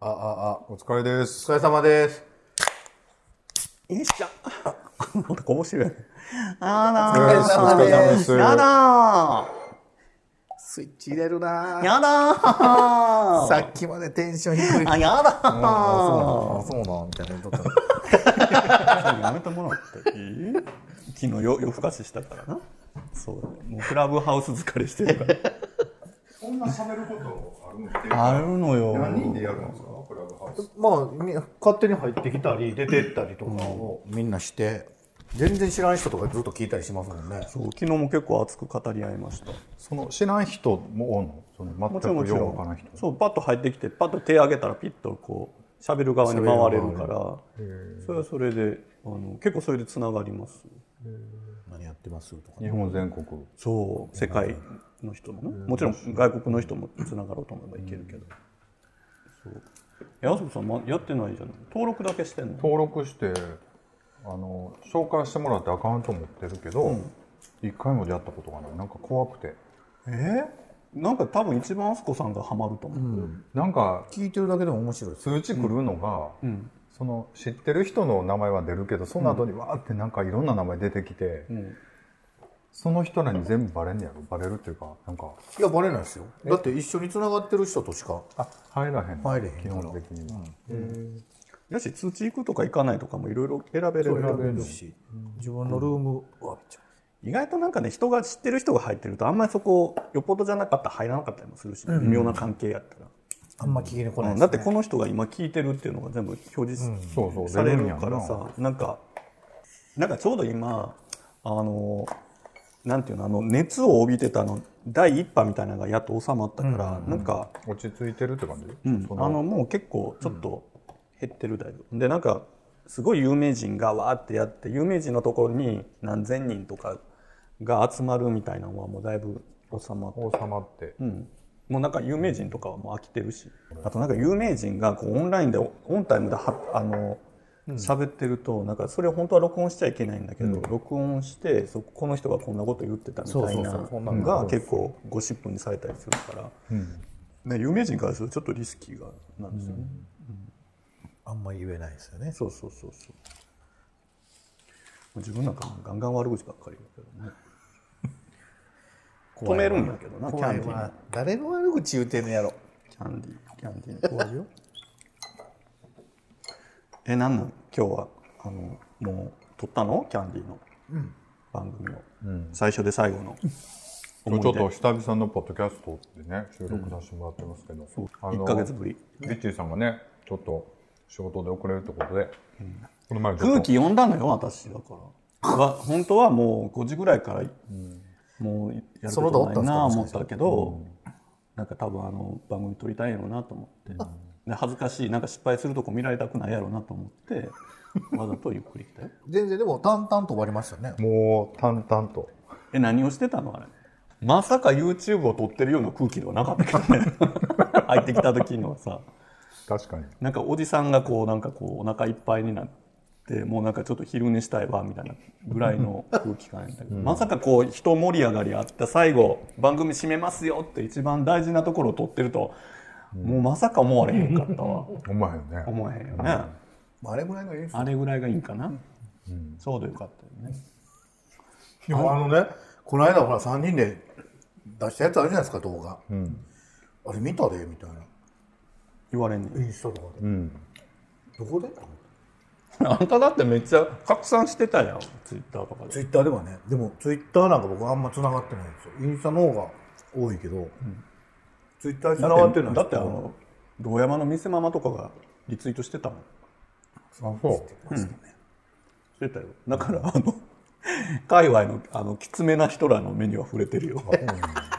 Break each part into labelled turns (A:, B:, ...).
A: あ、あ、あ、お疲れです。
B: お疲れ様です。
C: よいしょ。
A: もっとこぼしてるやん。
C: あ
A: お疲れ様です
C: らー。やだ
B: スイッチ入れるな
C: ー。やだ
B: ぁ
C: ー。
B: さっきまでテンション低い。
C: あ、やだー。
A: あ、そうなん、みたいなことだった。
C: やめてもらっていい昨日よ夜更かししたからな。そうだね。もうクラブハウス疲れしてるから。
D: そんな喋ることあるのって
C: あるのよ。
D: 何人でやるんですかクラブハウス
B: まあ、み勝手に入ってきたり、出てったりとかをみんなして、全然知らん人とかずっと聞いたりしますもんね。
C: そう昨日も結構熱く語り合いました。
D: その知らん人もおんのその
C: もち
D: 全
C: ろんも
D: く
C: ち
D: よ
C: ろ
D: うわからん
C: ん
D: 人。
C: そう、パッと入ってきて、パッと手上げたらピッとこう、喋る側に回れるから、それはそれで、あの結構それでつながります。
B: 何やってますとか、
D: 日本全国
C: そう世界の人もね、もちろん外国の人もつながろうと思えばいけるけど、そうえあそこさん、ま、やってないじゃない登録だけしてんの
D: 登録してあの紹介してもらってアカウント持ってるけど、一回も出会ったことがないなんか怖くて
C: えなんか多分一番あそこさんがハマると思う、
D: なんか
B: 聞いてるだけでも面白いです。
D: 通知来るのが、その知ってる人の名前は出るけどその後にわーってなんかいろんな名前出てきて、その人らに全部バレんねやろバレるっていうかなんか
B: いや、バレないですよ。だって一緒に繋がってる人としか。
D: あ入らへん
B: 入れへん
D: 基本的には、
C: やし通知行くとか行かないとかもいろいろ選べれ
B: 選べ
C: る
B: るし、自分のルームはめちゃ
C: 意外となんかね人が知ってる人が入ってるとあんまりそこよっぽどじゃなかったら入らなかったりもするし、微妙な関係やったら、
B: あんま聞きに来ない
C: うん
B: です、ね
C: だってこの人が今聞いてるっていうのが全部表示
D: そうそう
C: される
D: 出ん
C: か
D: やろ
C: ら
D: な
C: さなんかなんかちょうど今あのなんていうのあの熱を帯びてたの第一波みたいなのがやっと収まったから、なんか、
D: 落ち着いてるって感じ、
C: うん
D: そ
C: あのもう結構ちょっと減ってるだいぶ、でなんかすごい有名人がわーってやって有名人のところに何千人とかが集まるみたいなのはもうだいぶ収まって
D: 王様って、
C: うん、もうなんか有名人とかはもう飽きてるしあとなんか有名人がこうオンラインでオンタイムではあの喋ってるとなんかそれ本当は録音しちゃいけないんだけど、録音してそこの人がこんなこと言ってたみたいな
B: そうそうそうそんな
C: のが結構ゴシップにされたりするから、ね、有名人からするとちょっとリスキーがなんですよね、
B: あんま言えないですよね。
C: そうそうそうそう自分なんかガンガン悪口ばっかり言うけどね止めるんだけどなキャンディー
B: は誰の悪口言うてんのやろ。
C: キャンディー、キャンディー怖いよ。え、なんなん今日は、あの、もう、撮ったのキャンディーの番組を。最初で最後の。
D: 今日ちょっと
C: 思い
D: 久々のポッドキャストでね収録させてもらってますけど、あ
C: 出
D: の
C: 1ヶ月ぶり。
D: ビッチーさんがねちょっと仕事で遅れるってことで、この前ちょっと
C: 空気読んだのよ、私。だか ら。は、本当はもう5時ぐらいから、もう、やる
B: その他
C: こ
B: おっ
C: と
B: たん
C: ないな
B: すか
C: ぁ思ったけど、なんか多分あの、番組撮りたいやろうなと思って。で恥ずかしい、なんか失敗するとこ見られたくないやろうなと思って、わざとゆっくり来たよ。
B: 全然でも淡々と終わりましたね。
D: もう淡々と
C: え、何をしてたのあれ。まさか YouTube を撮ってるような空気ではなかった けどね。入ってきた時のはさ、
D: 確かに
C: なんかおじさんがこう、なんかこう、お腹いっぱいになって、もうなんかちょっと昼寝したいわ、みたいなぐらいの空気感やったけど、まさかこう、人盛り上がりあった最後、番組締めますよって一番大事なところを撮ってると、もうまさか思われへんかったわ。
D: うまいよね
C: 思えへんよね。
B: まあ、あれぐらいがいいです
C: あれぐらいがいいんかな。ちょうどよかったよね。
B: いやあのねこの間ほら3人で出したやつあるじゃないですか動画、あれ見たでみたいな
C: 言われんねん。
B: インスタとかで、どこで
C: あんただってめっちゃ拡散してたやん、ツイッターとかで。
B: ツイッターではねでもツイッターなんか僕あんま繋がってないんですよインスタの方が多いけど、ツイッター繋がってない
C: だってあの堂山の店ママとかがリツイートしてたもん
D: あそう
C: してたよだからあの 界隈のあのきつめな人らの目には触れてるよ
D: ち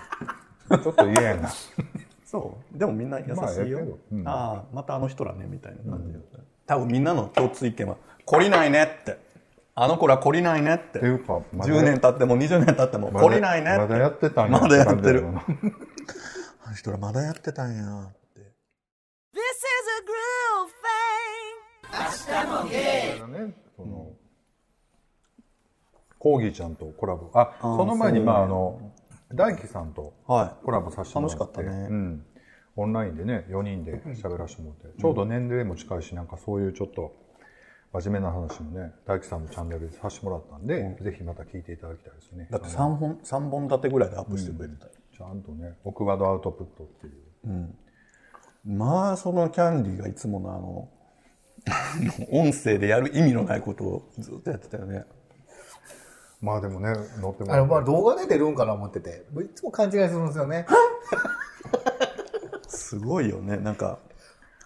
D: ょっと言えへんな
C: そうでもみんな優
D: まあええ
C: しい
D: け
C: よ、
D: どうん
C: ああまたあの人らねみたいな感じだった、多分みんなの共通意見は「懲りないね」って「あの子ら懲りないね」って
D: ていうかまだ
C: 10年経っても20年経っても「
D: まだ
C: 懲りないね」
D: ま
C: って
D: だやってたんや
C: まだやってる
D: 感じや
C: あの人らまだやってたんやって。
E: This is a groove thing.
D: ろなねそのコーギーちゃんとコラボあその前にまああの大輝さんと
C: はい
D: コラボさせてもらって
C: 楽しかったね
D: うんオンラインでね4人で喋らせてもらってちょうど年齢も近いしなんかそういうちょっと真面目な話もね大樹さんのチャンネルでさせてもらったんで、ぜひまた聞いていただきたいですね
C: だって3本三本立てぐらいでアップしてくれてたよ、
D: ちゃんとね奥歯とアウトプットっていう
C: まあそのキャンディーがいつものあの あの音声でやる意味のないことをずっとやってたよね
D: まあでもね乗っても
B: あれ、
D: らっ
B: まあ動画で出るんかな思ってて、いつも勘違いするんですよ ね。
C: すごいよねなんか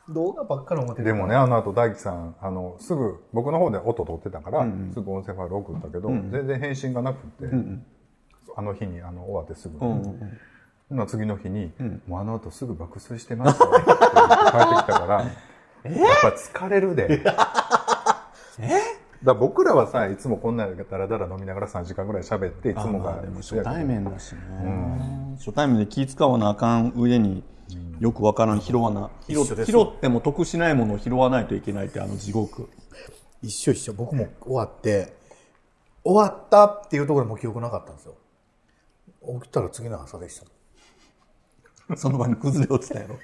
B: 動画ばっかり思って
D: てで
B: て。
D: もねあの後大樹さんあのすぐ僕の方で音取ってたから、すぐ音声ファイル送ったけど、全然返信がなくって、あの日にあの終わってすぐ、ほな次の日に、もうあの後すぐ爆睡してますよって帰ってきたから、やっぱ疲れるで。だから僕らはさいつもこんなんだらだら飲みながら3時間ぐらい喋っていつも
C: あ
D: が
C: でも初対面だしね、初対面で気使わなあかん上によくわからん拾わな拾っ
B: 一緒です
C: 拾っても得しないものを拾わないといけないってあの地獄
B: 一緒一緒。僕も終わって、終わったっていうところでもう記憶なかったんですよ。起きたら次の朝でした。
C: その場に崩れ落ちたやろ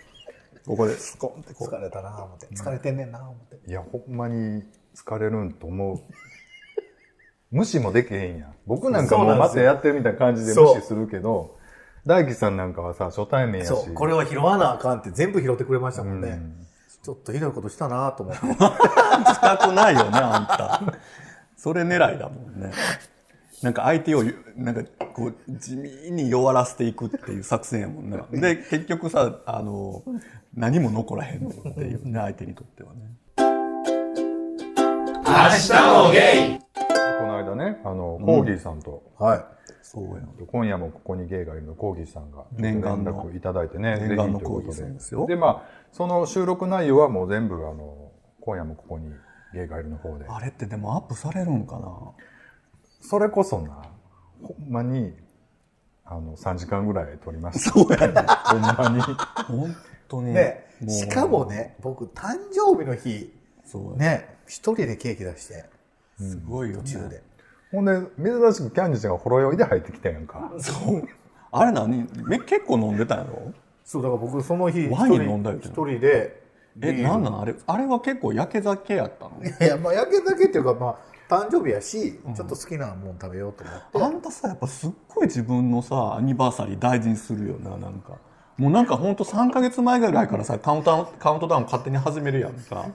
C: ここでスコンってこう
B: 疲れたなぁ思って。疲れてんねんなぁ思って。
D: いや、ほんまに疲れるんと思 う。無視もできへんやん。僕なんかも
B: そ
D: う
B: うなんで
D: ますた
B: よ
D: やってるみたいな感じで無視するけど、大樹さんなんかはさ、初対面やし。
B: そう、これは拾わなあかんって全部拾ってくれましたもんね。ちょっとひどいことしたなぁと思 って。
C: したくないよね、あんた。それ狙いだもんね。なんか相手を、なんかこう、地味に弱らせていくっていう作戦やもんね。で、結局さ、あの、何も残らへんのっていうね、相手にとってはね。
D: この間ね、あの、コーギーさんと、
B: はい。
C: そうやん。
D: 今夜もここにゲイがいるのコーギーさんが
C: 念願の
D: 連絡いただいてね、
C: 念願の
D: ぜひという
C: コーギ
D: こ
C: ー
D: と
C: さん
D: で
C: ですよ
D: で、まあ、その収録内容はもう全部、あの、今夜もここにゲイがいるの方で。
C: あれってでもアップされるんかな
D: それこそな、ほんまに、あの、3時間ぐらい撮りました。
C: そうやね。
D: ほんまに。
C: 本当に。
B: ね、
C: もう
B: しかも。ね、僕、誕生日の日、
C: そうやね。
B: ね、一人でケーキ出して、
C: すごいよね。
B: 中で。
D: ほんで、珍しくキャンディちゃんがほろ酔いで入ってきたやんか。
C: そう。あれ何め結構飲んでたんやろ
B: そう、だから僕、その日、
C: ワイン飲んだよ
B: 一人一人で、
C: え、
B: ビール
C: なんなんあれ、あれは結構焼け酒やったの
B: いや、まあ、やけだけっていうか、まあ、誕生日やし、ちょっと好きなもん食べようと思って。
C: あ んたさやっぱすっごい自分のさアニバーサリー大事にするよななんかもうなんかほんと3ヶ月前ぐらいからさカウントカウントダウン勝手に始めるやんか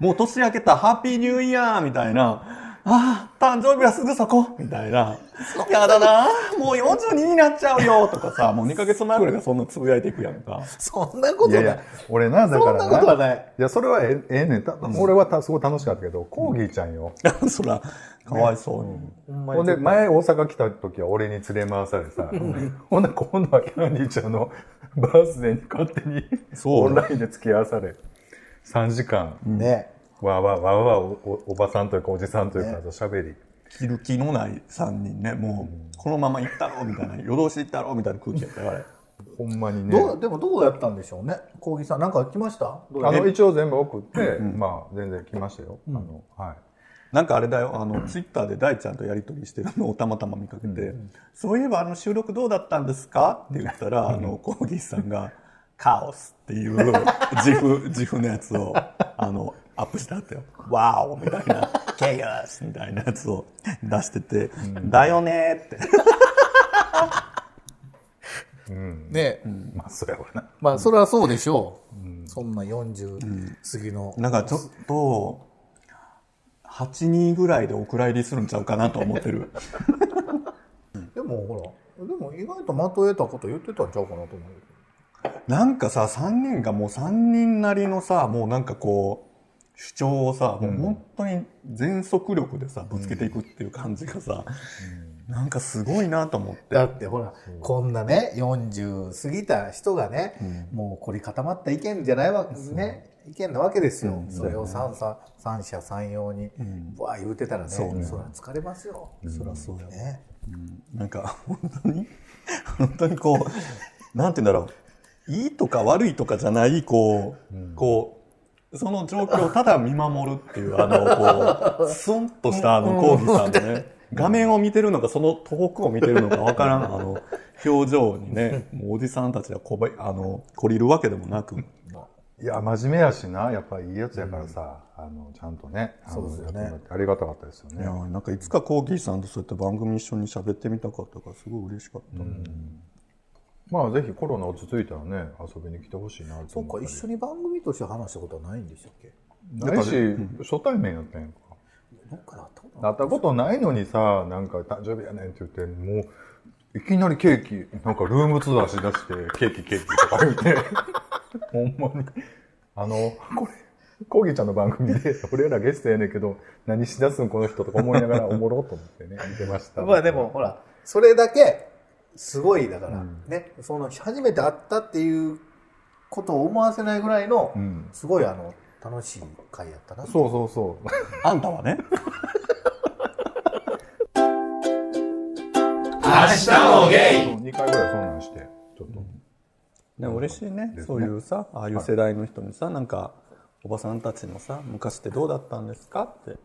C: もう年明けたハッピーニューイヤーみたいなああ誕生日はすぐそこみたいなやだなもう42になっちゃうよとかさもう2ヶ月前ぐらいからそんなつぶやいていくやんか
B: そんなこと
D: いや
B: ない。
D: いや、俺な、だから
B: そんなことはない
D: いや、それはええええねん。た俺はたすごい楽しかったけど、コーギーちゃんよ。
C: そらかわいそうに、
B: ほんまに
D: ほんで、前大阪来た時は俺に連れ回されさ、ほんなら今度はキャンディちゃんの バースデーに勝手に
C: そう
D: オンラインで付き合わされ、3時間、
B: ね。
D: わーわーわーわーおおおばさんというかおじさんというかと喋り。
C: 着る気のない3人ねもうこのまま行ったろみたいな夜通し行ったろみたいな空気やったよあれ
D: ほんまにね。
B: どう、でもどうやったんでしょうね。コーギーさん、なんか来ましたどうや
D: あ
B: った
D: の、一応全部送って、まあ、全然来ましたよ。あの、はい。
C: なんかあれだよ、あの、ツイッターで大ちゃんとやりとりしてるのをた またま見かけて、そういえばあの収録どうだったんですかって言ったら、あの、コーギーさんが、カオスっていう 自負、自負のやつを、あの、アップしてあったよ。ワオみたいな、ケイオスみたいなやつを出してて、だよねーって。
B: ね。
D: まあ、それはな。
B: まあ、それはそうでしょう。そんな40過ぎの。
C: なんかちょっと、8人ぐらいでお蔵入りするんちゃうかなと思ってる。
B: でも、ほら、でも意外とまとえたこと言ってたんちゃうかなと思う。
C: なんかさ、3人がもう3人なりのさ、もうなんかこう、主張をさ、もう本当に全速力でさ、ぶつけていくっていう感じがさ、なんかすごいなと思って。
B: だってほら、こんなね、40過ぎた人がね、もう凝り固まった意見じゃないわけですね。意見なわけですよ。それを三三三者三様に、わあ言うてたらね、そりゃ疲れますよ。
C: そりゃそうやわ
B: ね。
C: なんか、本当に、 本当にこう、なんて言うんだろう、いいとか悪いとかじゃない、こう、こう、その状況をただ見守るっていう、あの、こう、スンとしたあの、コーギーさんのね、画面を見てるのか、その東北を見てるのかわからん、あの、表情にね、もうおじさんたちはこばい、あの、こりるわけでもなく、
D: いや、真面目やしな、やっぱいいやつやからさ、あの、ちゃんとね、あの
B: そうですよね
D: やってもらってありがたかったですよ
C: いや
D: ね。
C: ーなんかいつかコーギーさんとそうやって番組一緒に喋ってみたかったから、すごい嬉しかった。
D: まあ、ぜひコロナ落ち着いたらね、遊びに来てほしいなと
B: そう
D: 思
B: か
D: ったり
B: 一緒に番組として話したことはないんでしたっけ
D: ないし、初対面やったんやんか。
B: どっからあったこと
D: なったことないのにさ、なんか誕生日やねんって言って、もう、いきなりケーキ、なんかルームツアーしだして、ケーキケーキとか言って、 ほんまに。あの、これ、コーギーちゃんの番組で、俺らゲストやねんけど、何しだすんこの人とか思いながらおもろと思ってね、見てました。
B: まあでもほらそれだけすごいだから、ねその初めて会ったっていうことを思わせないぐらいの、
D: うん
B: すごいあの楽しい回やったな
D: そうそうそう。
C: あんたはね。
D: 2回ぐらいそんなんして、ちょっと。
C: ね、嬉しいねそういうさああいう世代の人にさ、なんかおばさんたちのさ昔ってどうだったんですかって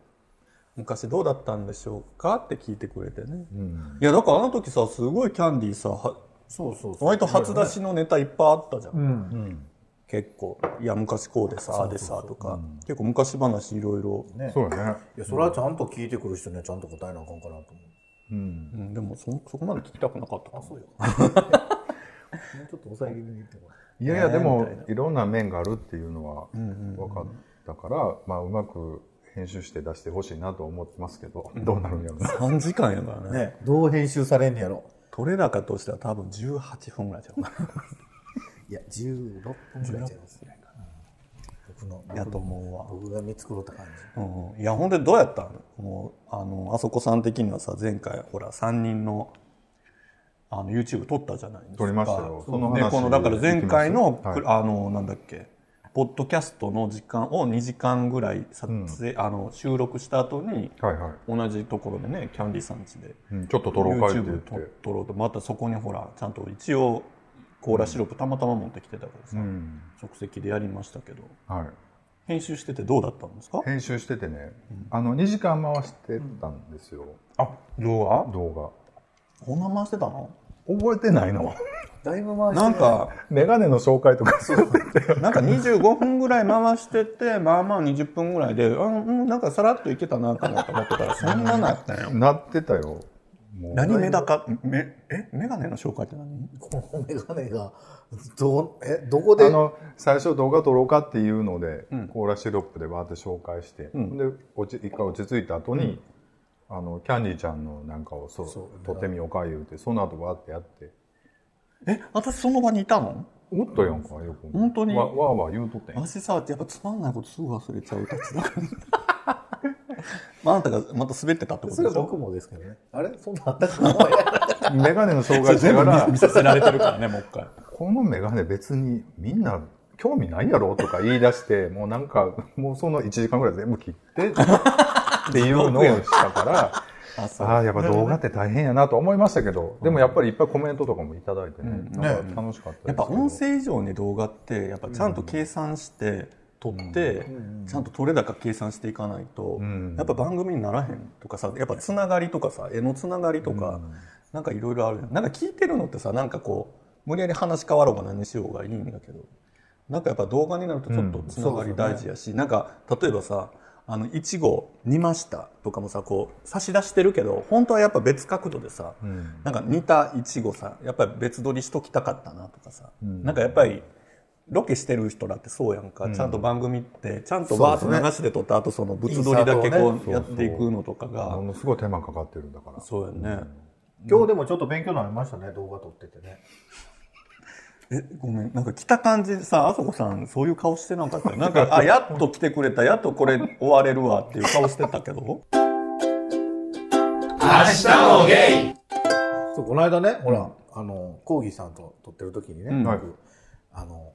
C: 昔どうだったんでしょうかって聞いてくれてね、いやだからあの時さすごいキャンディーさは
B: そうそうそう
C: 割と初出しのネタいっぱいあったじゃん、結構「いや昔こうでさああでさ」とか、結構昔話いろいろ、
D: そうやね。
B: いやそれはちゃんと聞いてくる人にはちゃんと答えなあかんかなと思う
D: うん。
C: うん、でもそそこまで聞きたくなかったか そうよ
B: もうちょっと抑え気味に言ってもら
D: いやいや、でも、いろんな面があるっていうのは分かったから、まあ、うまく編集して出してほしいなと思ってますけど、どうなるんやろうな。
C: 3時間やからね
B: ねどう編集されんねやろ
C: 取れ高としては多分18分ぐらいちゃうかない
B: や16分ぐらいちゃいますね僕の
C: やと思うわ
B: 僕が見繕った感じ
C: うんいや本当にどうやったんもうあのあそこさん的にはさ前回ほら3人のあの YouTube 撮ったじゃないですか
D: 撮りましたよそ
C: そ
D: の
C: の
D: 話
C: このだから前回
D: い
C: の
D: き、ます
C: あのなんだっけポッドキャストの時間を2時間ぐらい撮影、あの収録した後に
D: はいはい。
C: 同じところでねキャンディーさん家で
D: うんちょっと撮ろうかって言
C: YouTube
D: って
C: 撮。撮ろうとまたそこにほらちゃんと一応コーラシロップたまたま持ってきてたからさ、
D: うん。
C: 即席でやりましたけど
D: はい。
C: 編集しててどうだったんですか
D: 編集しててね、あの、2時間回してたんですよ、
C: あ動画
D: 動
C: こんな回してたの
D: 画。覚えてないの
B: だいぶ回して
C: なんか、
D: メガネの紹介とかする。
C: なんか25分ぐらい回してて、まあまあ20分ぐらいで、うん、うん、なんかさらっといけたなかなと思ってたら、そんななったよ。
D: なってたよ。もう
C: 何メダカ、め、え、メガネの紹介って何
B: このメガネがどえどこ
D: あ
B: で
D: の最初動画撮ろうかっていうので、コーラシロップでバーって紹介して、で落ち一回落ち着いた後に、あのキャンディーちゃんのなんかをそう撮ってみようか言うてその後バーってやって
C: え、私その場にいたの
D: おっとやんかよく
C: 本当に
D: わわーわー言うとってん
C: 私さ、やっぱつまんないことすぐ忘れちゃうたちだから。 まあ、あんたがまた滑ってたってこ
B: そ
C: と
B: れ
C: で
B: は
C: しょ
B: 僕もですけどねあれそんなあったかな
D: メガネの紹 介してか
C: 見
D: ら
C: せ見させられてるからね、もう一回。
D: このメガネ別にみんな興味ないやろとか言い出してもうなんかもうその1時間ぐらい全部切 ってっていうのをしたから。
C: あ、そ
D: ああ、やっぱ動画って大変やなと思いましたけど、でもやっぱりいっぱいコメントとかもいただいてね、なんか楽しかったですけど
C: やっぱ音声以上に動画ってやっぱちゃんと計算して撮って、ちゃんと撮れ高計算していかないと、
D: ん
C: やっぱ番組にならへんとかさやっぱつながりとかさ絵のつながりとか、なんかいろいろあるやんなんか聞いてるのってさなんかこう無理やり話変わろうが何しようがいいんだけどなんかやっぱ動画になるとちょっとつながり大事やし、なんか例えばさあのいちご煮ましたとかもさこう差し出してるけど本当はやっぱ別角度でさ、なんか煮たいちごさやっぱり別撮りしときたかったなとかさ、なんかやっぱりロケしてる人だってそうやんか、ちゃんと番組ってちゃんとバーッと流しで撮った後その物撮りだけこうやっていくのとかが
D: ものすごい手間かかってるんだから。
C: そうやね、
B: 今日でもちょっと勉強になりましたね動画撮っててね
C: えごめんなんか来た感じでさあそこさんそういう顔してなかったよなんか あやっと来てくれたやっとこれ終われるわっていう顔してたけど
B: そうこの間ねほら、あのコーギーさんと撮ってる時にね、
D: はい
B: 僕あの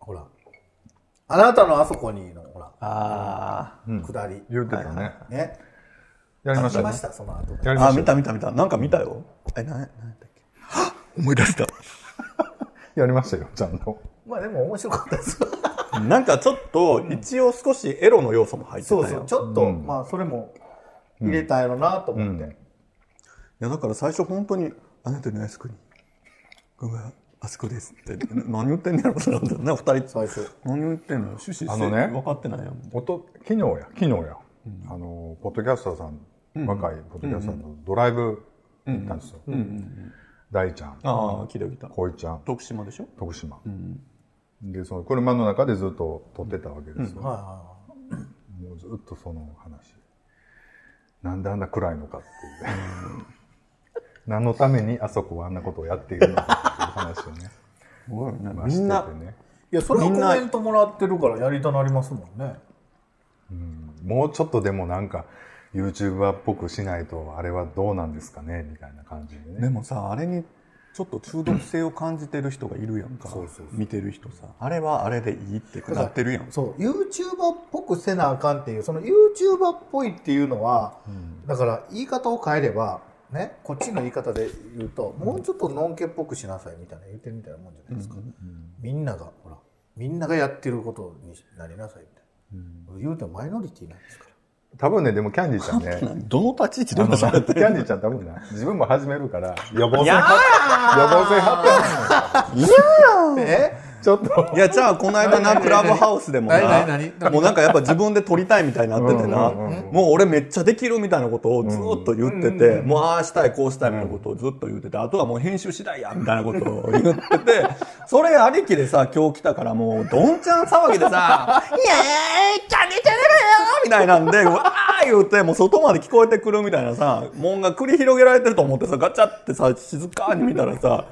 B: ほら「あなたのあそこに」のほら
C: あー
B: 下り、
D: 言うてたね。
B: ね
D: やりました
B: 見
D: ね
B: ましたその後
D: やりま
C: あ
D: し
C: 見
D: た
C: た見た見たなんか見たよえななんだっけはっ 思い出した
D: やりましたよ、ちゃんと。
B: まあでも面白かったですよ
C: なんかちょっと一応少しエロの要素も入ってた
B: そ
C: よ
B: うそうちょっと、
D: うん
B: まあそれも入れたやろなと思って、
C: や、だから最初本当に、あなたのあそこに、ごめん、あそこですって、何言ってんねやろってなったよね、二人。
B: 最初。
C: 何言ってんの趣旨
D: あのね
C: 分かってないやん。
D: おと昨日や昨日や、あのポッドキャスターさん、若いポッドキャスターのドライブ行ったんですよ、大ちゃん
C: ああ、聞いた聞いた。
D: 恋ちゃん
C: 徳島でしょ
D: 徳島、でその車の中でずっと撮ってたわけですよ、
B: はいは
D: もうずっとその話なんであんな暗いのかっていう何のためにあそこはあんなことをやっているのかっていう話をねまあ
C: みんな
D: しててね
B: い。いや、それは
C: みんな
B: コメントもらってるからやりたなりますもんね。
D: もうちょっとでもなんか YouTuber っぽくしないとあれはどうなんですかねみたいな感じでね
C: でもさあれにちょっと中毒性を感じてる人がいるやんか見てる人さあれはあれでいいってなってるやん
B: そう、YouTuber っぽくせなあかんっていう、その YouTuber っぽいっていうのは、だから言い方を変えれば、ね、こっちの言い方で言うと、もうちょっとのんけっぽくしなさいみたいな言ってるみたいなもんじゃないですか。みんなが、ほら、みんながやってることになりなさいみたいな。言うてもマイノリティなんですから。
D: 多分ねでもキャンディーちゃんね
C: どの立ち位置で
D: あの
C: も
D: なキ
C: さ
D: ャン
C: れ
D: デ
C: てる
D: ィーちゃん多分な自分も始めるから予防性発
B: え
D: 表ちょっと
C: いやじゃあこの間なクラブハウスでも
B: 何何
C: な
B: 何
C: もうなんかやっぱ自分で撮りたいみたいになっててな
D: うんうんうん
C: もう俺めっちゃできるみたいなことをずっと言っててもうああしたいこうしたいみたいなことをずっと言っててあとはもう編集次第やみたいなことを言っててそれありきでさ今日来たからもうどんちゃん騒ぎでさ「イエーイチャンネルチャンネルよ!」みたいなんでうわー言うてもう外まで聞こえてくるみたいなさもんが繰り広げられてると思ってさガチャってさ静かに見たらさ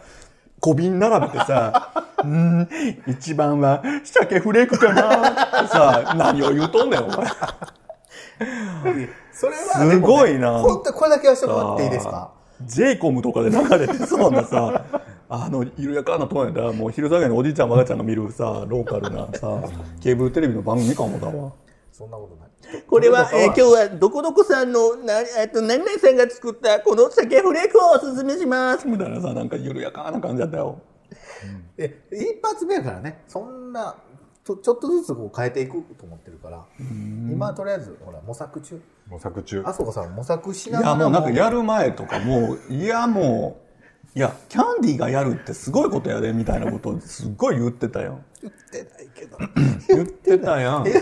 C: 小瓶並べてさ、うーん、一番は、鮭フレークかなってさ、何を言うとんねん、お前。
B: それは、
C: すごいな。
B: 本当にこれだけはしてもらっていいですか
C: ジェイコムとかで流れてそうなさ、あの、緩やかなトーンやったら、もう昼下がりのおじいちゃん、おばあちゃんが見るさ、ローカルなさ、ケーブルテレビの番組かもだわ。
B: そんなことない。
F: これは、えー今日はどこどこさんのな、えっと何々さんが作ったこの鮭フレークをおすすめします。
C: みたいなさ、なんか緩やかな感じだったよ。
B: え一発目やからねそんなとちょっとずつこう変えていくと思ってるから今はとりあえずほら模索中
D: 模索中
B: あそこさん模索し
C: い
B: ながら
C: や、もうなんかやる前とか、もう、いや、もう、いや、キャンディーがやるってすごいことやで、みたいなことをすっごい言ってたよ。
B: 言ってないけ ど
C: 言ってたや ん。
B: 言っ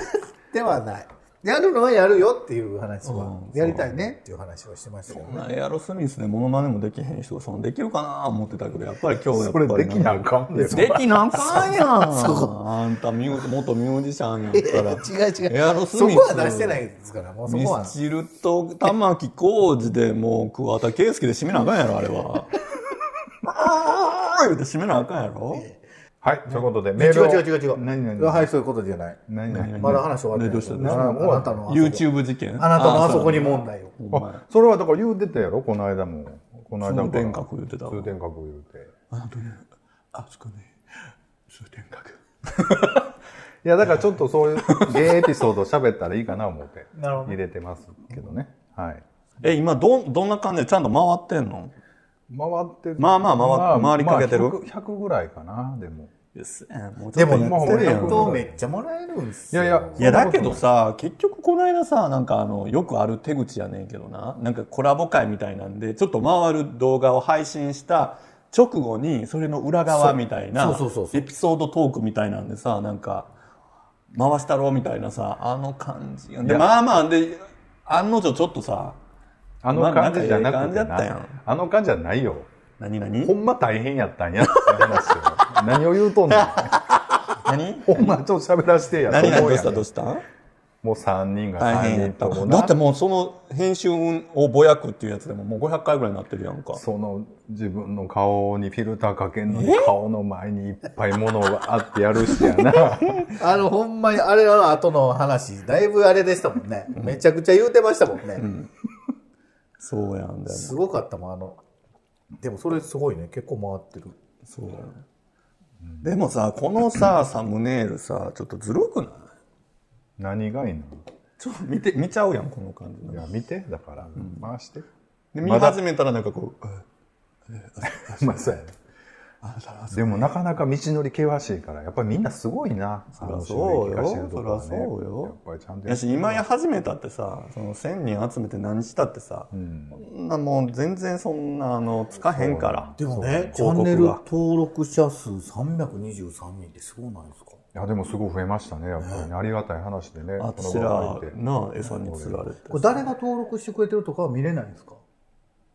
B: てはないやるのはやるよっていう話はやりたいねっていう話をしてましたけどね
C: エアロスミスでモノマネもできへん人がそのできるかな思ってたけどやっぱり今日やっ
D: そ
C: ぱ
D: れ
C: り
D: できなあかんで
C: できなあかんやん あんたミュー元ミュージシャンやから
B: 違う違う
C: エアロス
B: そ
C: ミス
B: こは出してないですからもうそ
C: ミ
B: こは
C: スチルと玉置浩二でもう桑田佳祐で締めなあかんやろあれはああ言うて締めなあかんやろ
D: はいということで
B: 違
D: メー
B: う
D: ルを
B: 違う違う違う
D: 何何
B: はいそういうことじゃない
D: 何何
B: まだ話終わって
C: ねどうした
B: ないあなあなたのあそこ
C: YouTube 事件
B: あなたのあそこに問題を
C: お前
D: あそれはだから言うてたやろこの間もこの間も
C: 通天閣言うてたわ
D: 通天閣言うて
C: あそこに通天閣
D: いやだからちょっと そういうゲイエピソード喋ったらいいかな思って
B: なるほど
D: 入れてますけどねはい
C: え今どんどんな感じでちゃんと回ってんの
D: 回ってる
C: まあまあ回っ回りかけてる
D: まあ 100, 100ぐらいかなでも
C: ですねもうち
B: で
C: ょっと
B: も
C: や
D: まあ
C: ってる
D: ほ
C: やん
D: ん
B: 本当めっちゃもらえるんです
D: い
B: よ
D: やいや
C: いやだけどさ結局この間さなんかあのよくある手口やねんけどななんかコラボ会みたいなんでちょっと回る動画を配信した直後にそれの裏側みたいな
B: そうそうそうそう
C: エピソードトークみたいなんでさなんか回したろみたいなさあの感じでまあまあで案の定ちょっとさ
D: あの感じじゃなくて
C: まあなんかええ感じやったや
D: なあの感じじゃないよ
C: 何何
D: ほんま大変やったんやって話よ何を言うとん ねん
C: 何
D: ほんまちょっと喋らせてや
C: 何
D: と思
C: 何ど
D: う
C: う
D: やん
C: したどうした
D: もう三人が
C: 大変や
D: 3
C: っ
D: 人
C: た
D: とも
C: わ
D: な
C: だってもうその編集をぼやくっていうやつでももう500回ぐらいになってるやんか
D: その自分の顔にフィルターかけんのに顔の前にいっぱいものがあってやるしや な
B: あの、ほんまに、あれの後の話、だいぶあれでしたもんね。めちゃくちゃ言うてましたもんね。
C: そうやんだよね
B: すごかったもん、あの。でもそれすごいね。結構回ってる。
C: そうだね。でもさ、このさ、サムネイルさ、ちょっとずるくない
D: 何がいいの
C: ちょっと見て、見ちゃうやん、この感じ
D: い
C: の。
D: や見てだから、回して
C: で、見始めたらなんかこう、
D: まあそうやねでもなかなか道のり険しいから、やっぱりみんなすごいな。
C: そらそうよ
D: あの収益化してるとこはね
C: そらそうよ
D: やっぱりちゃんと
C: や
D: や
C: し今や始めたってさその1,000人集めて何したってさ、
D: ん
C: そんなもう全然そんなあのつかへんから
B: でもね、チ
C: そう
B: ャンネル
C: 広告
B: 登録者数323人ってすごないですか
D: いや、でもすごい増えましたね、やっぱりね。ありがたい話でね。
C: あ
D: こ
C: ち
D: の場
C: ら
D: 合って。
C: な餌に釣られて
B: これ誰が登録してくれてるとかは見れないんですか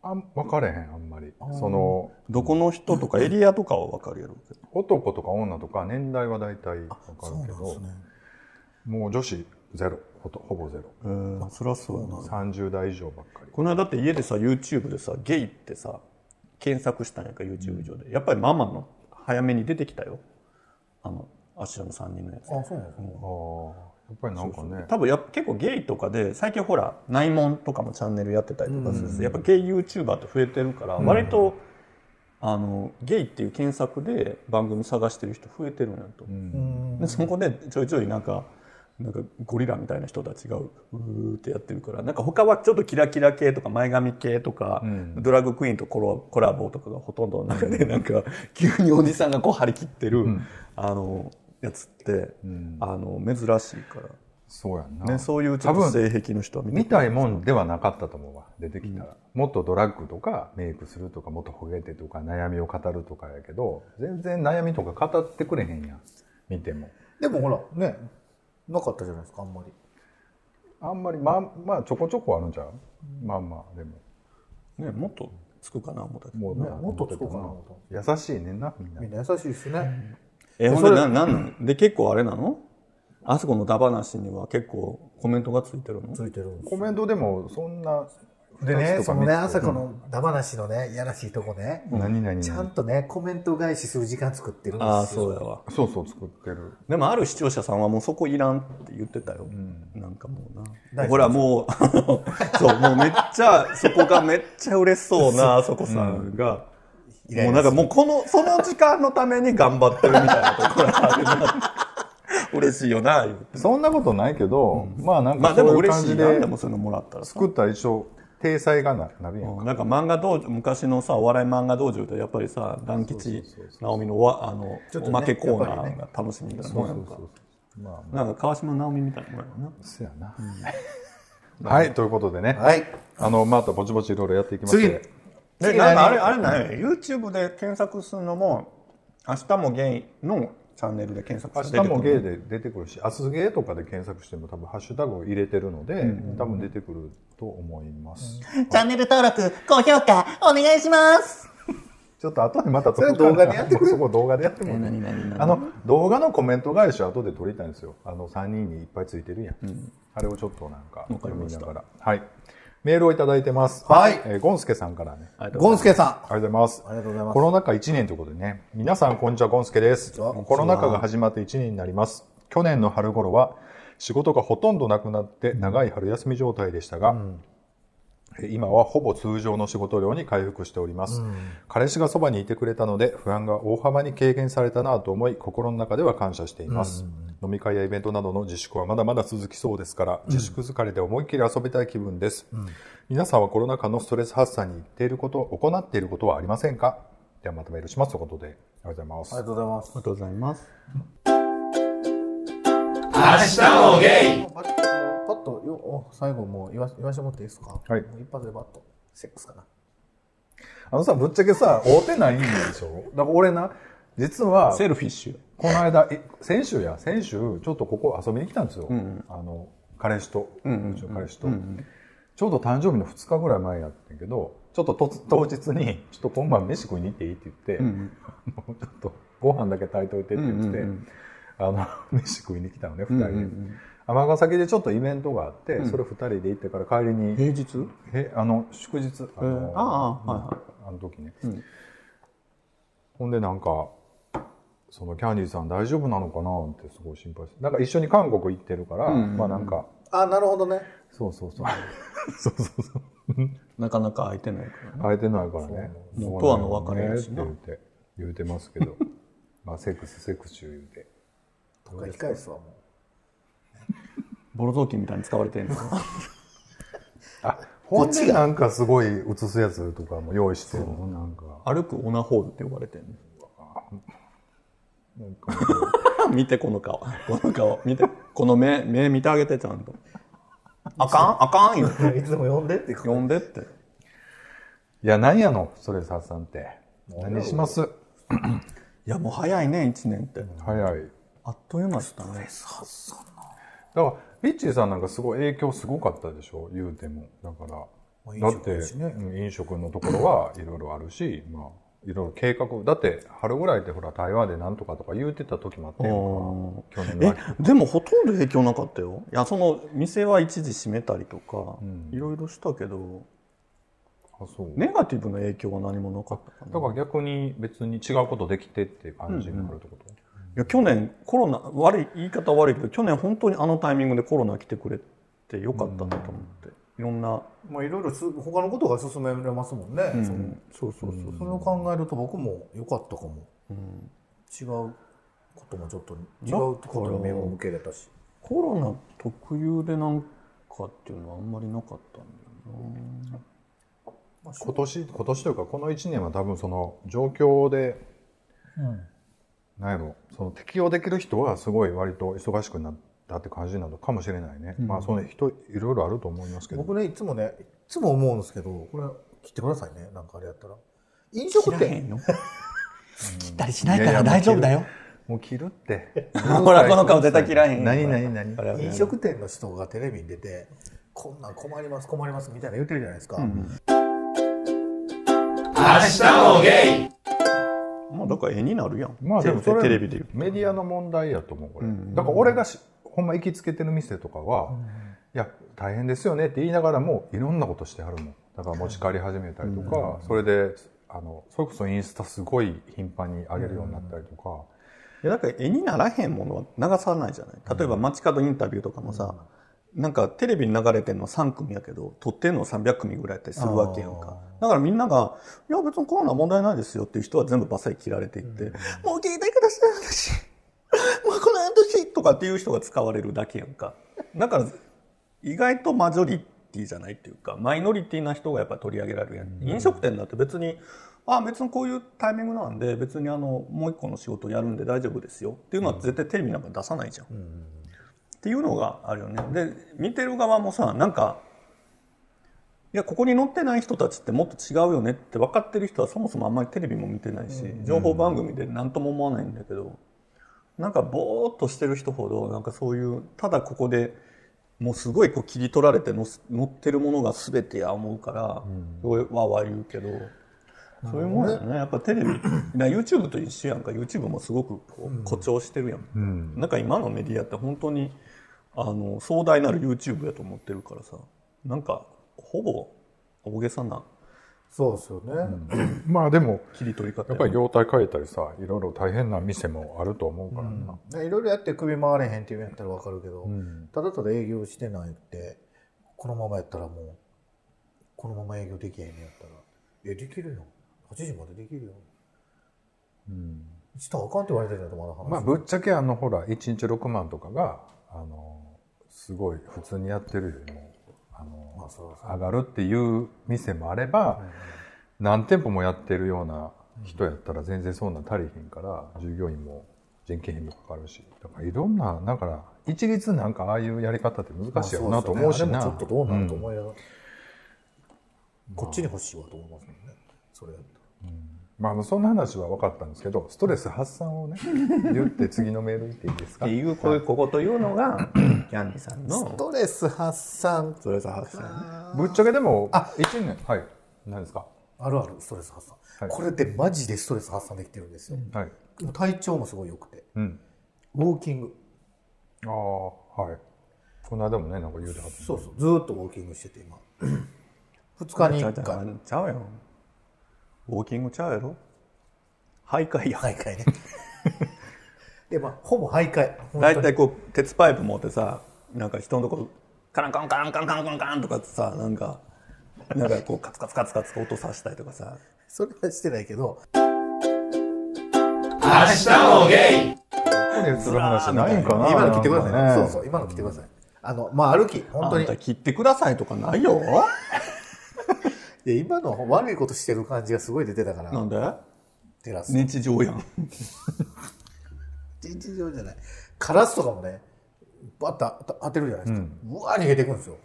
D: あん分かれへん、あんまり。その、
C: どこの人とかエリアとかは分かるやろうけど
D: 男とか女とか年代は大体分か
B: そうなん
D: るけ
B: です
D: ど、
B: ね。
D: もう女子ゼロ、ほとほぼゼロ。
C: えー、そりゃそうやな
D: 30代以上ばっかり。
C: この間だって家でさ YouTube でさゲイってさ検索したんやんか YouTube 上でやっぱりママの早めに出てきたよあのあちらの3人のやつ
B: あ、そうなんです
D: あ
B: ね。
D: あ、やっぱりなんかね。
C: 多分やっぱ結構ゲイとかで最近ほら内門とかもチャンネルやってたりとかするし、やっぱゲイ YouTuber って増えてるから割と、あのゲイっていう検索で番組探してる人増えてるんやと、でそこでちょいちょいなんかなんかゴリラみたいな人たちがうーってやってるからなんか他はちょっとキラキラ系とか前髪系とか、ドラッグクイーンとコラコラボとかがほとんどの中でなんか急におじさんがこう張り切ってる、あのやつって、あの珍しいから。
D: そうやんな。
C: ね、そういうちょっ
D: 多
C: と
D: 分
C: 性癖の人は見て
D: 見たいもんではなかったと思うわ出てきたら、もっとドラッグとかメイクするとかもっとほげてとか悩みを語るとかやけど全然悩みとか語ってくれへんやん見ても
B: でもほら、ね、なかったじゃないですか、あんまり。
D: あんまりまあまあちょこちょこあるんちゃう、まあまあでも
C: ね、もっとつくかな思ったけど。
D: もう
B: ね、
D: な
B: もっとつこうかなと。
D: 優しいねんなみんな
B: みんな優しいですね。
C: え、ほんで、な、なんなんで、結構あれなのあそこのダバなしには結構コメントがついてるの
B: ついてるんです
D: コメントでもそんな
B: でね、そのね、朝
D: か
B: このダマなしのね、いやらしいとこね、
D: 何々
B: ちゃんとね、コメント返しする時間作ってるんですよ。
C: ああ、そうやわ。
D: そうそう作ってる
C: でもある視聴者さんはもうそこいらんって言ってたよ。なんかもうな。ほらもう、 あのそう、もうめっちゃ、そこがめっちゃ嬉しそうな、あそこさんが。もうなんかもうこの、その時間のために頑張ってるみたいなところがあるな。 嬉しいよな、言うて
D: そんなことないけど、まあなん
C: まあ
D: か
C: で
D: そ
C: も
D: ういう
C: 嬉
D: 感
C: しい
D: じ
C: な、
D: で
C: でもそういうのもらったらさ。
D: 作ったら一応体裁がななるやん
C: なんか漫画道場昔のさお笑い漫画道場ってやっぱりさ団吉直美のわあの、おまけコーナーが楽しみみたいなもんやんかなんか川島直美みたいなもんやろな
D: そうやな。 はい、ということでね。
B: はい。
D: あの、またぼちぼちいろいろやっていきます
B: 次
D: ね。
C: で
B: 次
C: なんかあれ
B: 何
C: あれなんや YouTube で検索するのも「明日もゲイ」のチャンネルで検索
D: 明
C: し
D: 日
C: て
D: もゲイ
C: イ
D: で出てくるし、明日ゲイとかで検索しても多分ハッシュタグを入れてるので、多分出てくると思います。
F: チャンネル登録、高評価、お願いします。
D: ちょっと後でまたそ
B: れ動画でやってくれ
D: そこ動画でやってもね。あの、動画のコメント返しは後で撮りたいんですよ。あの、3人にいっぱいついてるやん。あれをちょっとなんか、読みながら。はい。メールをいただいてます。
B: はい
D: えーゴンスケさんからね。
B: ゴンスケさ
D: ありがとうございます。
B: ありがとうございます
D: コロナ禍1年ということでね。皆さん、こんにちは、ゴンスケです。コロナ禍が始まって1年になります。去年の春頃は、仕事がほとんどなくなって、長い春休み状態でしたが、え今はほぼ通常の仕事量に回復しております、彼氏がそばにいてくれたので不安が大幅に軽減されたなと思い心の中では感謝しています、飲み会やイベントなどの自粛はまだまだ続きそうですから、自粛疲れで思いっきり遊びたい気分です、皆さんはコロナ禍のストレス発散に行っていること行っていることはありませんかではまたメールしますということでありがとうございます、
B: ん。ありがとうございま
C: あり
B: す。
C: がとうございます
B: パッとよお最後もう言わ言わしてもらっていいですか
D: はい
B: もう一発でバッとセックスかな
D: あのさぶっちゃけさ会うてないんでしょ だから俺な実は
C: セルフィッシュ
D: この間え先週や先週ちょっとここ遊びに来たんですよ、あの彼氏とうちの彼氏と、ちょうど誕生日の2日ぐらい前やってんけどちょっととつ当日に「ちょっと今晩飯食いに行っていい?」って言って、もうちょっとご飯だけ炊いといてって言って、あの 飯食いに来たのね2人で。尼崎でちょっとイベントがあって、それ2人で行ってから帰りに
C: 平日
D: えあの祝日あの
C: ああはいはい
D: あの時ね、ほんでなんかそのキャンディーさん大丈夫なのかなってすごい心配してなんか一緒に韓国行ってるから、まあなんか
B: あなるほどね
D: そうそうそう そうそうそう
C: なかなか空いてないからね
D: 会えてないからね
C: もうとわの別れやし
D: ね
C: な
D: って言って言うてますけど まあセックスセックス中言うて
B: とか控えすわも
C: ボロ雑巾みたいに使われて んの
D: あこっちなんかすごい映すやつとかも用意してるのなんか
C: 歩くオナホールって呼ばれてんの
D: あなんかもう
C: 見てこの顔。この顔。見て。この目、目見てあげてちゃんと。あかんあかん言って。
B: いつも呼んでってこ
C: 呼んでって。
D: いや、何やの、ストレス発散って。何します
C: いや、もう早いね、1年って。
D: 早い。
C: あっという間だった
D: だ
C: ね。
D: から、リッチーさんなんかすごい影響すごかったでしょ、言うても。だから、だって、うん飲食のところはいろいろあるし、まあ、いろいろ計画、だって春ぐらいってほら台湾でなんとかとか言うてた時もあったよ去年の
C: え
D: 秋
C: でもほとんど影響なかったよいやその店は一時閉めたりとかいろいろしたけど
D: あそう、
C: ネガティブな影響は何もなかったかな
D: だから逆に別に違うことできてっていう感じになるってこと、
C: いや去年コロナ悪い言い方悪いけど去年本当にあのタイミングでコロナ来てくれてよかったなと思っていろんな
B: まあいろいろす他のことが進められますもんね、その
C: そうそうそう
B: それを考えると僕も良かったかも、違うこともちょっと違うことに目を向けれたし
C: コロナ特有でなんかっていうのはあんまりなかったんだよな
D: 今年今年というかこの1年は多分その状況で、なんやろその適応できる人はすごい割と忙しくなったって感じなのかもしれないね、まあその人いろいろあると思いますけど
B: 僕ねいつもねいつも思うんですけどこれ切ってくださいねなんかあれやったら飲食
F: へ
B: 店
F: んの切ったりしない
D: い
F: か
D: やいや
F: ら大丈夫だよ
D: もう切るって。
F: ほらこの顔絶対切らへん
D: 何何何
B: 飲食店の人がテレビに出てこんなん困ります困りますみたいな言ってるじゃないですか、
C: まあだから絵になるやん
D: まあでもそれ
C: テレビで言う
D: メディアの問題やと思うこれ。だから俺がしほんま行きつけてる店とかは、いや大変ですよねって言いながらもいろんなことしてはるもん。だから持ち帰り始めたりとか、それであのそれこそインスタすごい頻繁に上げるようになったりとか。
C: いやだから絵にならへんものは流さないじゃない例えば街角インタビューとかもさ、なんかテレビに流れてるのは3組やけど撮ってんのは300組ぐらいやったりするわけやんかだからみんなが「いや別にコロナ問題ないですよ」っていう人は全部バサリ切られていって「もう聞いてください私 もうこの半年」とかっていう人が使われるだけやんかだから意外とマジョリティじゃないっていうかマイノリティな人がやっぱり取り上げられるやん、飲食店だって別にあ別にこういうタイミングなんで別にあのもう一個の仕事やるんで大丈夫ですよっていうのは絶対テレビなんか出さないじゃん、っていうのがあるよねで見てる側もさなんかいやここに載ってない人たちってもっと違うよねって分かってる人はそもそもあんまりテレビも見てないし情報番組で何とも思わないんだけどなんかぼーっとしてる人ほどなんかそういうただここでもうすごいこう切り取られてのす載ってるものが全てや思うから、すごいわーわー言うけど、そういうもんやねやっぱテレビな YouTube と一緒やんか YouTube もすごくこう誇張してるやん、なんか今のメディアって本当にあの壮大なる YouTube やと思ってるからさなんかほぼ大げさな
B: そうですよね、
D: まあでも
C: 切り取り方
D: や
C: や
D: っぱり業態変えたりさいろいろ大変な店もあると思うからな。
B: ねいろいろやって首回れへんっていうやったら分かるけど、ただただ営業してないってこのままやったらもうこのまま営業できへんのやったら「いやできるよ8時までできるよ」したらあかんって言われてるんだとまだ話、
D: まあぶっちゃけあのほら1日6万とかがあのすごい普通にやってるよりもあの、
B: あそう
D: 上がるっていう店もあれば、何店舗もやってるような人やったら全然そんなん足りひんから、従業員も人件費もかかるしだからいろんなだから一律なんかああいうやり方って難しいよなと思うしな、
B: まあそうですよねあれもちょっとどうなると思いながら、こっちに欲しいわと思いますもんねそれやったら
D: まあまあそんな話は分かったんですけどストレス発散をね言って次のメールいっていいです
F: っ
D: か
F: ていうこういうここというのがキャンディさんの
B: ストレス発散
F: それさ発散
D: ぶっちゃけでも1年はい何ですか
B: あるあるストレス発散、
D: はい
B: これでマジでストレス発散できてるんですよ、
D: はい
B: もう体調もすごい良くて
D: うん
B: ウォーキング
D: ああはいこの間もねなんか言うてはった
B: そうそうずーっとウォーキングしてて 今2日に
C: ちゃう
B: 1
C: ちゃ
B: 回
C: うちゃうやんウォーキングちゃうやろ徘徊やん
B: 徘 徊ねでまあほぼ徘徊本当
C: 大
B: に
C: 体こう鉄パイプ持ってさなんか人のとこカランカランカランカランカランカランカランとかってさなんかなんかこうカツカツカツカツって音さしたりとかさ
B: それはしてないけど
D: ここでする話ないんかな
B: 今の来てくださいね
D: なんか
B: そうそう今の来てくださいあのまあ歩き本当
C: あ
B: に
C: んた切ってくださいとかないよ
B: で今の悪いことしてる感じがすごい出てたから
C: なんで
B: テラス、
C: 日常やん
B: 一条じゃない。カラスとかもね、バッと当てるじゃないですか。うわー逃げていくんですよ、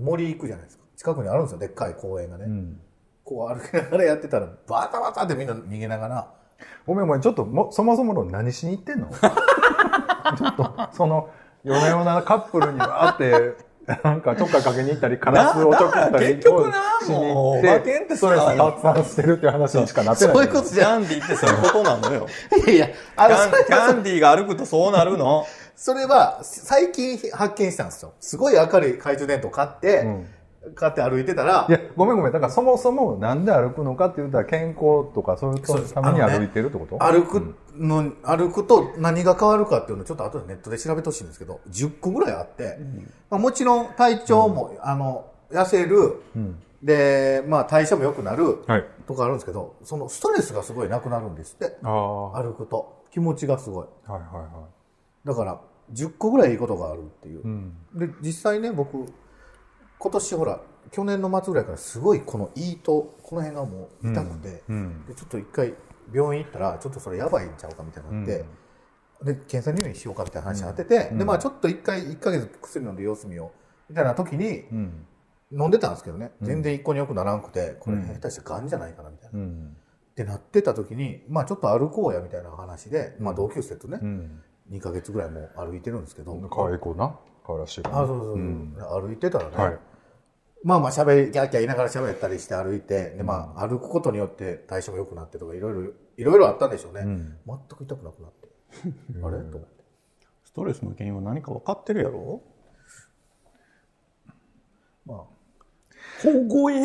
B: 森行くじゃないですか。近くにあるんですよ、でっかい公園がね。こう歩きながらやってたら、バタバタってみんな逃げながら、
D: ごめんごめん、ちょっとも、そもそもの何しに行ってんの ちょっと、その、夜な夜なカップルにわーって、なんかちょっかいかけに行ったり、カラスをちょっかいかけに行ったりしに行
C: 馬
D: っ
C: 券って
D: て、
C: さ
D: それが発散してるっていう話にしかなってない。
B: そういうこと
C: キ
B: じゃ
C: ャンディーってそういうことなのよ。
B: ん。いやいや、あ
C: キ
B: の、
C: ャンキャンディーが歩くとそうなるの。
B: それは最近発見したんですよ。すごい明るい懐中電灯買って、買って歩いてたら
D: い、や、ごめんごめん。だからそもそもなんで歩くのかって言ったら健康とかそういう
B: そうです
D: ために
B: あのね
D: 歩いてるってこと、
B: 歩くの、歩くと何が変わるかっていうのをちょっと後でネットで調べてほしいんですけど、10個ぐらいあって、まあ、もちろん体調も、あの、痩せる、で、まあ代謝も良くなる、
D: はい
B: とかあるんですけど、そのストレスがすごいなくなるんですって。
D: ああ。は
B: 歩くと。気持ちがすごい。
D: いはいは
B: だから、10個ぐらいいいことがあるっていう。
D: い。うん。
B: で実際ね僕今年ほら去年の末ぐらいからすごいこの胃とこの辺がもう痛くて、
D: うん。
B: でちょっと一回病院行ったらちょっとそれやばいんちゃうかみたいになって、で検査入院しようかみたいな話になってて、でまあちょっと一回1ヶ月薬飲んで様子見ようみたいな時に
D: うん。
B: 飲んでたんですけどね、全然一個によくならんくてこれ下手したらがんじゃないかなみたいな、
D: う
B: っ
D: ん。
B: てなってた時にまあちょっと歩こうやみたいな話で、まあ同級生とね、
D: うん。
B: 2ヶ月ぐらいもう歩いてるんですけど、
D: 可愛い子な。可愛らしい子な。
B: あそうそうそう、歩いてたらね、
D: はい。
B: まあまあ喋り、キャーキャー言いながら喋ったりして歩いて、でまあ歩くことによって代謝も良くなってとか、いろいろ、いろいろあったんでしょうね。
D: ん
B: 全く痛くなくなって。あれと思って。
C: ストレスの原因は何か分かってるやろ
B: ま
C: 小声。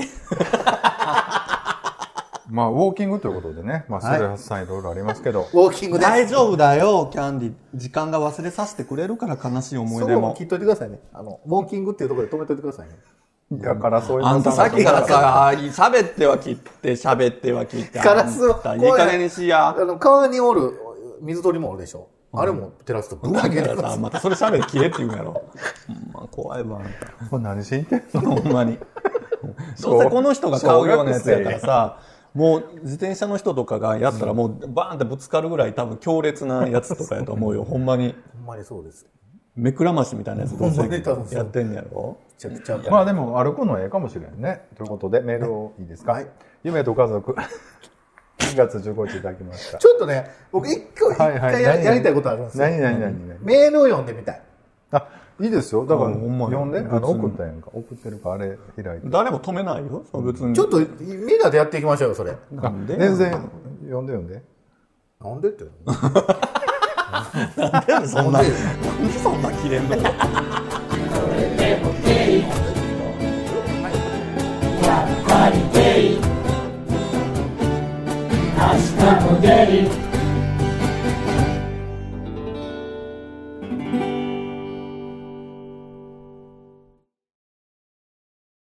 D: まあ、ウォーキングということでね。まあ、それはさんいろいろありますけど。
B: あ、ウォーキングで。
C: 大丈夫だよ、キャンディー。時間が忘れさせてくれるから悲しい思
B: そ
C: い出
B: こも
C: も
B: 聞。いといてくださいね。あの、ウォーキングっていうところで止めといてくださいね。
D: だからそういう
C: あんたさっきから
D: ら
C: さ、喋っては切って、喋っては切って。
B: ガラスを
C: あんたいい加減にしや
B: あ。の、川におる、水鳥もおるでしょ。あれも照らすとぶ
C: う
B: っ
C: わ
B: かけ
C: け
B: て
C: ださ、またそれ喋って切れって言うんやろ。ほんま怖いわ、あんた。
D: 何しに行ってんの
C: ほんま に。どうせこの人が買うようなやつやからさ、もう自転車の人とかがやったらもうバーンってぶつかるぐらい多分強烈なやつとかやと思うよ。ほんまに。
B: ほんまにそうです。
C: 目くらましみたいなやつどう
B: ほんまに多分そ
C: せ
B: う
C: やってんねやろ
B: めちゃくちゃ。
D: まあでも歩くのええかもしれんね。ということで、メールをいいですか。
B: はい
D: 夢と家族。2月15日いただきました。
B: ちょっとね、僕一個、一
D: はい
B: 回
D: はい
B: や
D: 何
B: やりたいことあるんですよ。
D: 何何何何
B: メールを読んでみたい。
D: あ、いいですよ。だから、
C: あほんまや
D: 読んで、あの、
C: 別に
D: 送ったやんか。送ってるから、あれ開いて。
C: 誰も止めないよ。そう別に。
B: ちょっと、みんなでやっていきましょうよ、それ。
C: なんで
D: 全然、 読んで読んで。
B: なんでって。
C: そんな、なんでそんな切れんの
G: やっぱりゲイ明日もゲイ